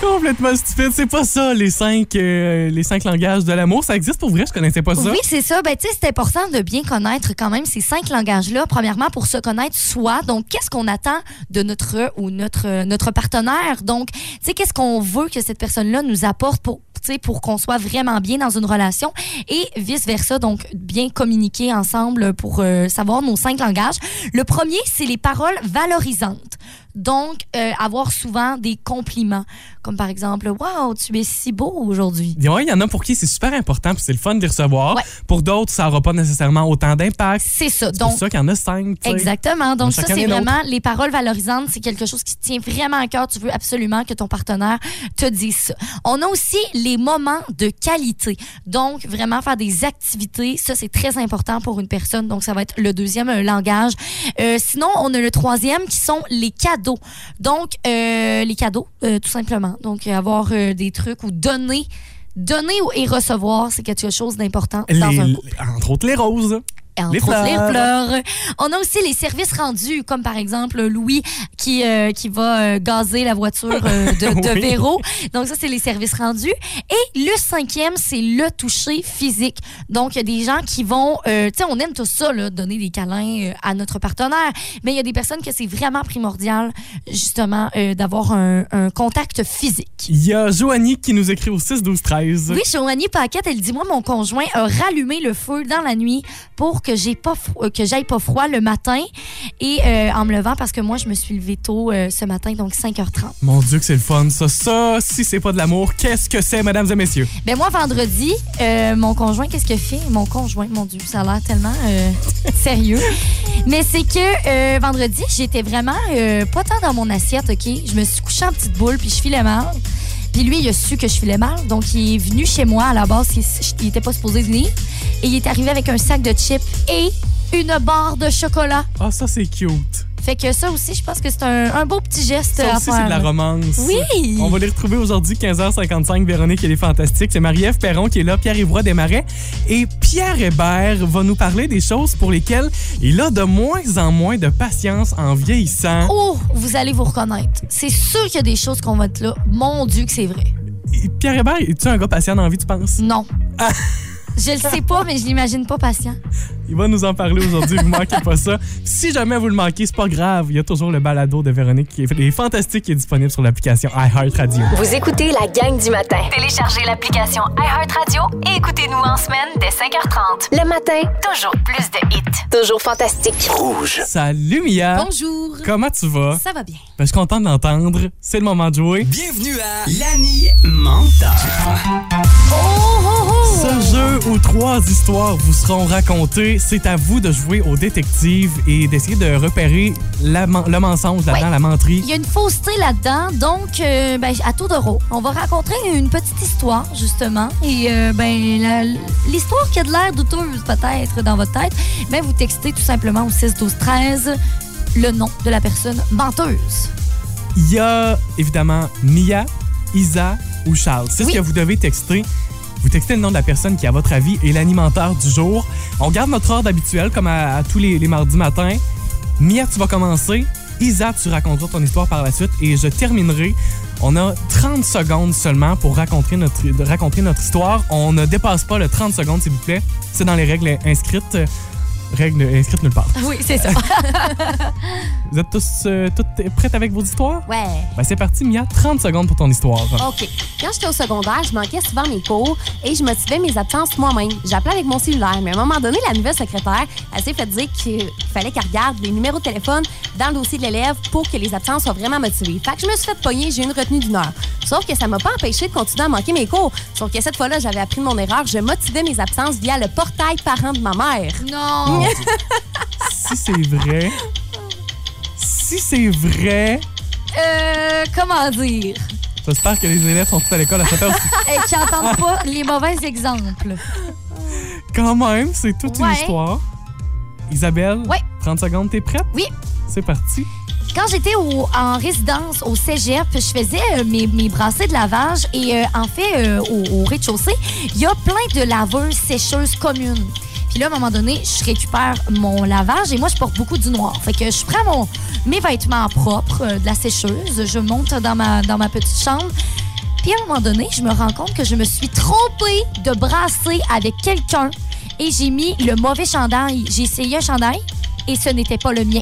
Speaker 4: Complètement stupide. C'est pas ça, les cinq, euh, les cinq langages de l'amour. Ça existe pour vrai, je connaissais pas ça.
Speaker 3: Oui, c'est ça. Ben, tu sais, c'est important de bien connaître quand même ces cinq langages-là. Premièrement, pour se connaître soi. Donc, qu'est-ce qu'on attend de notre euh, ou notre euh, notre partenaire? Donc, tu sais, qu'est-ce qu'on veut que cette personne-là nous apporte pour tu sais, pour qu'on soit vraiment bien dans une relation et vice-versa, donc bien communiquer ensemble pour euh, savoir nos cinq langages. Le premier, c'est les paroles valorisantes. Donc, euh, avoir souvent des compliments, comme par exemple, « Wow, tu es si beau aujourd'hui. »
Speaker 4: Il y en a pour qui c'est super important puis c'est le fun de les recevoir.
Speaker 3: Ouais.
Speaker 4: Pour d'autres, ça n'aura pas nécessairement autant d'impact.
Speaker 3: C'est ça.
Speaker 4: C'est pour
Speaker 3: Donc,
Speaker 4: ça qu'il y en a cinq. tu sais.
Speaker 3: Exactement.
Speaker 4: On a
Speaker 3: Donc, ça,
Speaker 4: chacun
Speaker 3: c'est
Speaker 4: les nôtres.
Speaker 3: vraiment les paroles valorisantes. C'est quelque chose qui te tient vraiment à cœur. Tu veux absolument que ton partenaire te dise ça. On a aussi les moments de qualité. Donc, vraiment faire des activités. Ça, c'est très important pour une personne. Donc, ça va être le deuxième euh, langage. Euh, sinon, on a le troisième qui sont les cadeaux. Donc, euh, les cadeaux, euh, tout simplement. Donc, euh, avoir euh, des trucs ou donner. Donner ou- et recevoir, c'est quelque chose d'important dans un
Speaker 4: Les-
Speaker 3: couple.
Speaker 4: entre autres, les roses.
Speaker 3: entre
Speaker 4: Les
Speaker 3: autres,
Speaker 4: fleurs.
Speaker 3: les fleurs. On a aussi les services rendus, comme par exemple Louis qui, euh, qui va euh, gazer la voiture euh,
Speaker 4: *laughs*
Speaker 3: de, de
Speaker 4: Oui.
Speaker 3: Véro. Donc ça, c'est les services rendus. Et le cinquième, c'est le toucher physique. Donc, il y a des gens qui vont... euh, tu sais, on aime tout ça, là, donner des câlins euh, à notre partenaire. Mais il y a des personnes que c'est vraiment primordial, justement, euh, d'avoir un, un contact physique.
Speaker 4: Il y a Joanie qui nous écrit au 6 12 13.
Speaker 3: Oui, Joanie Paquette, elle dit moi mon conjoint a rallumé le feu dans la nuit pour que j'ai pas fro- euh, que j'aille pas froid le matin et euh, en me levant parce que moi je me suis levée tôt euh, ce matin donc 5h30.
Speaker 4: Mon Dieu que c'est le fun ça. Ça, si c'est pas de l'amour, qu'est-ce que c'est mesdames et messieurs
Speaker 3: Ben moi vendredi, euh, mon conjoint qu'est-ce qu'il fait Mon conjoint, mon Dieu, ça a l'air tellement euh, *laughs* sérieux. Mais c'est que euh, vendredi, j'étais vraiment euh, pas tant dans mon assiette, OK Je me suis couchée en petite boule puis je filais mal. Puis lui, il a su que je filais mal, donc il est venu chez moi à la base, il, il était pas supposé venir et il est arrivé avec un sac de chips et une barre de chocolat.
Speaker 4: Ah ça c'est cute.
Speaker 3: Fait que ça aussi, je pense que c'est un, un beau petit geste
Speaker 4: Ça
Speaker 3: à
Speaker 4: aussi c'est de la
Speaker 3: faire.
Speaker 4: romance.
Speaker 3: Oui.
Speaker 4: On va les retrouver aujourd'hui, 15h55. Véronique, elle est fantastique. C'est Marie-Ève Perron qui est là, Pierre Ivoire Desmarais. Et Pierre Hébert va nous parler des choses pour lesquelles il a de moins en moins de patience en vieillissant.
Speaker 3: Oh, vous allez vous reconnaître. C'est sûr qu'il y a des choses qu'on va être là. Mon Dieu que c'est vrai.
Speaker 4: Et Pierre Hébert, es-tu un gars patient dans la vie, tu penses?
Speaker 3: Non. je le sais pas, mais je l'imagine pas patient.
Speaker 4: Il va nous en parler aujourd'hui, vous manquez pas ça. Si jamais vous le manquez, c'est pas grave. Il y a toujours le balado de Véronique qui est, il est fantastique qui est disponible sur l'application iHeartRadio.
Speaker 1: Vous écoutez la gang du matin. Téléchargez l'application iHeartRadio et écoutez-nous en semaine dès 5h30. Le matin, toujours plus de hits. Toujours fantastique.
Speaker 2: Rouge.
Speaker 4: Salut
Speaker 3: Ah.
Speaker 4: Mia!
Speaker 3: Bonjour.
Speaker 4: Comment tu vas?
Speaker 3: Ça va bien.
Speaker 4: Ben, je suis content de l'entendre. C'est le moment de jouer.
Speaker 5: Bienvenue à l'Annie Manta.
Speaker 3: Oh,
Speaker 4: Ce jeu où trois histoires vous seront racontées, c'est à vous de jouer au détective et d'essayer de repérer la men- le mensonge là-dedans,
Speaker 3: Ouais.
Speaker 4: la
Speaker 3: Il
Speaker 4: menterie.
Speaker 3: y a une fausseté là-dedans, donc euh, ben, à tour de rôle, on va raconter une petite histoire justement. Et euh, ben la- l'histoire qui a de l'air douteuse peut-être dans votre tête, ben vous textez tout simplement au 6 12 13 le nom de la personne menteuse.
Speaker 4: Il y a évidemment Mia, Isa ou Charles. C'est
Speaker 3: Oui.
Speaker 4: ce que vous devez texter. Vous textez le nom de la personne qui, à votre avis, est l'animateur du jour. On garde notre ordre habituel comme à, à tous les, les mardis matins. Mia, tu vas commencer. Isa, tu raconteras ton histoire par la suite et je terminerai. On a 30 secondes seulement pour raconter notre, de raconter notre histoire. On ne dépasse pas le 30 secondes, s'il vous plaît. C'est dans les règles inscrites. Euh, Règles inscrites nulle part.
Speaker 3: Oui, c'est ça.
Speaker 4: Vous êtes tous euh, toutes prêtes avec vos histoires?
Speaker 7: Ouais.
Speaker 4: Ben, c'est parti, Mia. 30 secondes pour ton histoire.
Speaker 3: Oh,
Speaker 7: OK. Quand j'étais au secondaire, je manquais souvent mes cours et je motivais mes absences moi-même. J'appelais avec mon cellulaire, mais à un moment donné, la nouvelle secrétaire, elle s'est fait dire qu'il fallait qu'elle regarde les numéros de téléphone dans le dossier de l'élève pour que les absences soient vraiment motivées. Fait que je me suis fait pogner, j'ai eu une retenue d'une heure. Sauf que ça m'a pas empêché de continuer à manquer mes cours. Sauf que cette fois-là, j'avais appris de mon erreur, je motivais mes absences via le portail parent de ma mère.
Speaker 3: Non.
Speaker 4: si c'est vrai. Si c'est vrai.
Speaker 3: Euh, comment
Speaker 7: *laughs*
Speaker 3: dire?
Speaker 4: J'espère que les élèves sont tous à l'école à cette heure.
Speaker 3: Et qui n'entendent pas les mauvais exemples.
Speaker 4: Quand même, c'est toute une
Speaker 3: Ouais.
Speaker 4: histoire. Isabelle,
Speaker 3: Ouais.
Speaker 4: 30 secondes, t'es prête?
Speaker 3: Oui.
Speaker 4: C'est parti.
Speaker 3: Quand j'étais au- en résidence au cégep, je faisais euh, mes, mes brassées de lavage et euh, en fait, euh, au, au rez-de-chaussée, il y a plein de laveuses sécheuses communes. Puis là, à un moment donné, je récupère mon lavage et moi, je porte beaucoup du noir. Fait que je prends mon, mes vêtements propres euh, de la sécheuse, je monte dans ma, dans ma petite chambre. Puis à un moment donné, je me rends compte que je me suis trompée de brasser avec quelqu'un et j'ai mis le mauvais chandail. J'ai essayé un chandail et ce n'était pas le mien.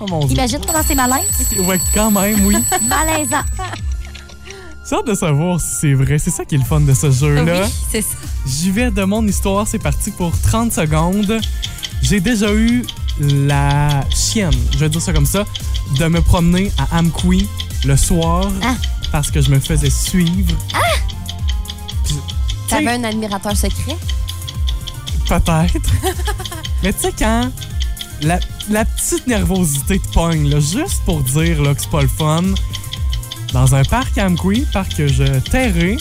Speaker 4: Oh mon dieu.
Speaker 3: Imagine comment c'est malaise.
Speaker 4: Ouais, quand même, oui.
Speaker 3: Malaisant.
Speaker 4: J'ai hâte de savoir si c'est vrai. C'est ça qui est le fun de ce jeu-là.
Speaker 3: Oui, c'est ça.
Speaker 4: J'y vais de mon histoire. C'est parti pour 30 secondes. J'ai déjà eu la chienne, je vais dire ça comme ça, de me promener à Amqui le soir
Speaker 3: Ah.
Speaker 4: parce que je me faisais suivre.
Speaker 7: Ah! T'avais un admirateur secret? *laughs*
Speaker 4: Peut-être. Mais tu sais, quand la, la petite nervosité te pogne, là, juste pour dire là, que c'est pas le fun, dans un parc à Amqui, parc que je terrais,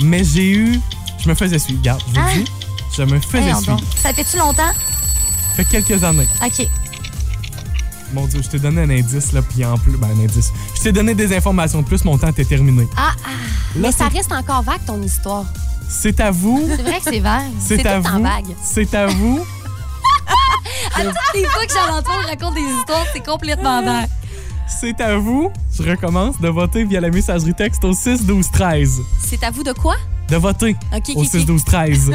Speaker 4: mais j'ai eu. Je me faisais suivre. Regarde, je vous
Speaker 3: Ah.
Speaker 4: dis, je me faisais
Speaker 3: Voyons
Speaker 4: suivre.
Speaker 3: donc. Ça fait-tu longtemps?
Speaker 4: Fait quelques années.
Speaker 3: OK.
Speaker 4: Mon Dieu, je t'ai donné un indice, là, puis en plus, ben, un indice. Je t'ai donné des informations de plus, mon temps était terminé.
Speaker 7: Ah,
Speaker 4: Là,
Speaker 7: Ça
Speaker 4: c'est-
Speaker 7: reste encore vague, ton histoire.
Speaker 4: c'est à vous.
Speaker 3: *laughs* C'est vrai que c'est vert.
Speaker 4: C'est
Speaker 7: C'est
Speaker 4: à
Speaker 7: tout en
Speaker 4: vous.
Speaker 7: vague.
Speaker 3: *laughs*
Speaker 4: C'est à vous.
Speaker 3: À toutes les fois que Jean-Antoine raconte des histoires, c'est
Speaker 7: Ah.
Speaker 3: complètement vrai.
Speaker 4: C'est à vous, je recommence, de voter via la messagerie texte au 6-12-13.
Speaker 7: C'est à vous de quoi?
Speaker 4: De voter
Speaker 7: Ok,
Speaker 4: au
Speaker 7: ok,
Speaker 3: *laughs*
Speaker 7: ok.
Speaker 4: 6-12-13.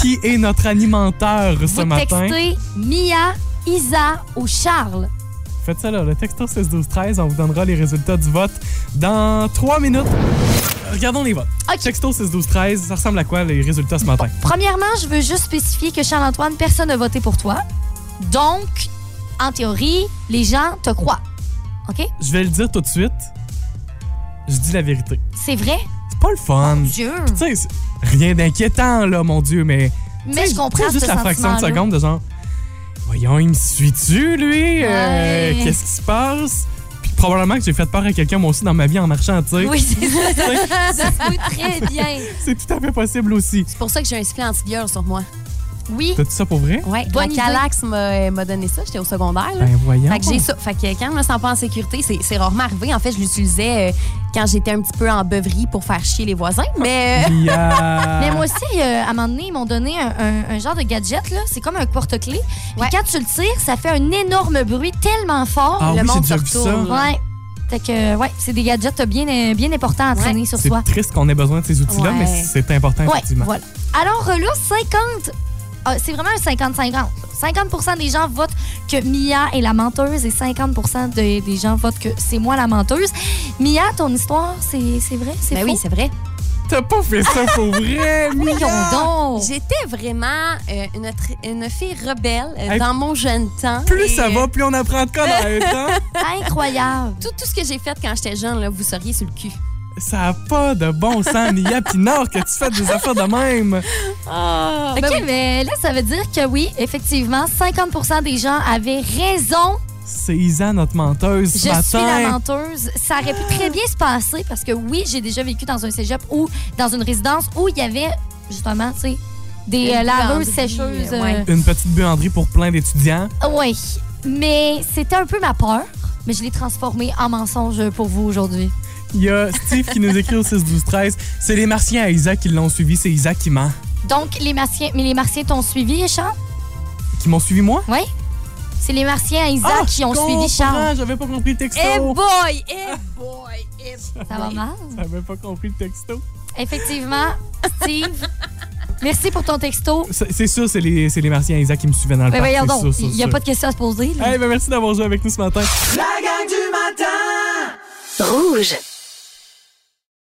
Speaker 4: Qui est notre animateur ce
Speaker 3: Vous
Speaker 4: matin?
Speaker 3: textez Mia, Isa ou Charles.
Speaker 4: Faites ça là, le texto 6-12-13, on vous donnera les résultats du vote dans 3 minutes. Regardons les votes. Texto 6-12-13, ça ressemble à quoi les résultats ce matin?
Speaker 3: Premièrement, je veux juste spécifier que Charles-Antoine, personne n'a voté pour toi. Donc, en théorie, les gens te croient. OK?
Speaker 4: Je vais le dire tout de suite. Je dis la vérité.
Speaker 3: C'est vrai?
Speaker 4: C'est pas le fun.
Speaker 3: Mon Dieu.
Speaker 4: Puis, tu sais, c'est rien d'inquiétant, là, mon Dieu, mais.
Speaker 3: Mais je
Speaker 4: Tu
Speaker 3: comprends
Speaker 4: sais,
Speaker 3: ce
Speaker 4: juste la fraction de
Speaker 3: sentiment-là.
Speaker 4: seconde de genre. Voyons, il me suit-tu, lui? Euh,
Speaker 3: Ouais.
Speaker 4: Qu'est-ce qui se passe? Puis probablement que j'ai fait peur à quelqu'un, moi aussi, dans ma vie en marchant, tu sais.
Speaker 3: Oui, c'est
Speaker 4: *laughs*
Speaker 3: ça.
Speaker 4: Ça
Speaker 3: se peut très bien.
Speaker 4: C'est tout à fait possible aussi.
Speaker 7: C'est pour ça que j'ai un sifflet anti-viol sur moi. Oui.
Speaker 4: T'as-tu ça pour vrai?
Speaker 7: Ouais,
Speaker 3: Bonne
Speaker 7: la
Speaker 3: idée.
Speaker 7: Calax m'a euh, m'a donné ça, j'étais au secondaire. là.
Speaker 4: Ben, voyons.
Speaker 7: Fait que j'ai ça. Fait que quand je me sens pas en sécurité, c'est c'est rarement arrivé. En fait, je l'utilisais euh, quand j'étais un petit peu en beuverie pour faire chier les voisins, mais... euh,
Speaker 3: Mais
Speaker 4: Ah.
Speaker 3: moi aussi, euh, à un moment donné, ils m'ont donné un, un- un genre de gadget, là. C'est comme un porte-clés. Puis quand tu le tires, ça fait un énorme bruit tellement fort.
Speaker 4: Ah
Speaker 3: le
Speaker 4: oui,
Speaker 3: monde
Speaker 4: j'ai déjà
Speaker 3: se
Speaker 4: vu
Speaker 3: retourne.
Speaker 4: ça.
Speaker 3: Ouais. Fait que, ouais, c'est des gadgets bien, euh, bien importants à traîner sur
Speaker 4: C'est
Speaker 3: soi.
Speaker 4: triste qu'on ait besoin de ces outils-là,
Speaker 3: Ouais.
Speaker 4: mais c'est important,
Speaker 3: Ouais,
Speaker 4: effectivement.
Speaker 3: voilà. Alors euh, là, 50. ah, c'est vraiment un 50-50. 50 des gens votent que Mia est la menteuse et 50 de- des gens votent que c'est moi la menteuse. Mia, ton histoire, c'est c'est vrai? C'est
Speaker 7: *laughs* Ben oui, c'est vrai.
Speaker 4: T'as pas fait ça pour vrai, Mia?
Speaker 7: Ah! J'étais vraiment euh, une, tr- une fille rebelle euh,
Speaker 4: Hey,
Speaker 7: dans mon jeune temps.
Speaker 4: Plus
Speaker 7: Et,
Speaker 4: ça va, plus on apprend à te connaître, hein?
Speaker 3: Incroyable.
Speaker 7: *laughs* Tout, tout ce que j'ai fait quand j'étais jeune, là, vous seriez sur le cul.
Speaker 4: *laughs* Ça a pas de bon sens, Mia Pinard, que tu fasses des affaires de même.
Speaker 7: Ah,
Speaker 4: Ben
Speaker 3: OK, mais là, ça veut dire que oui, effectivement, 50 des gens avaient raison.
Speaker 4: C'est Isa, notre menteuse,
Speaker 3: Je
Speaker 4: ce matin.
Speaker 3: suis la menteuse. Ça aurait pu très bien se passer parce que oui, j'ai déjà vécu dans un cégep ou dans une résidence où il y avait justement, tu sais,
Speaker 7: Une
Speaker 3: des euh, laveuses
Speaker 7: buanderie,
Speaker 3: sécheuses.
Speaker 7: euh, ouais.
Speaker 3: euh,
Speaker 4: Une petite buanderie pour plein d'étudiants.
Speaker 3: Oui, mais c'était un peu ma peur, mais je l'ai transformée en mensonge pour vous aujourd'hui.
Speaker 4: Il y a Steve qui nous écrit au 6-12-13. C'est les Martiens à Isa qui l'ont suivi. C'est Isa qui ment.
Speaker 3: Donc, les Martiens, mais les Martiens t'ont suivi, Charles?
Speaker 4: Qui m'ont suivi, moi?
Speaker 3: Oui? C'est les Martiens à Isaac
Speaker 4: Ah,
Speaker 3: qui ont
Speaker 4: je
Speaker 3: suivi Charles.
Speaker 4: comprends, Ah. J'avais pas compris le texto.
Speaker 7: Eh boy! Eh boy! Eh boy!
Speaker 3: Ça va mal?
Speaker 4: J'avais pas compris le texto.
Speaker 3: Effectivement, Steve, merci pour ton texto.
Speaker 4: C'est c'est sûr, c'est les, c'est les Martiens à Isa qui me suivaient dans le
Speaker 3: Mais
Speaker 4: parc.
Speaker 3: Ben, voyons
Speaker 4: c'est sûr,
Speaker 3: donc,
Speaker 4: sûr,
Speaker 3: il n'y a
Speaker 4: sûr.
Speaker 3: pas de question à se poser. là.
Speaker 4: Hey, ben merci d'avoir joué avec nous ce matin.
Speaker 5: La gang du matin!
Speaker 1: Rouge.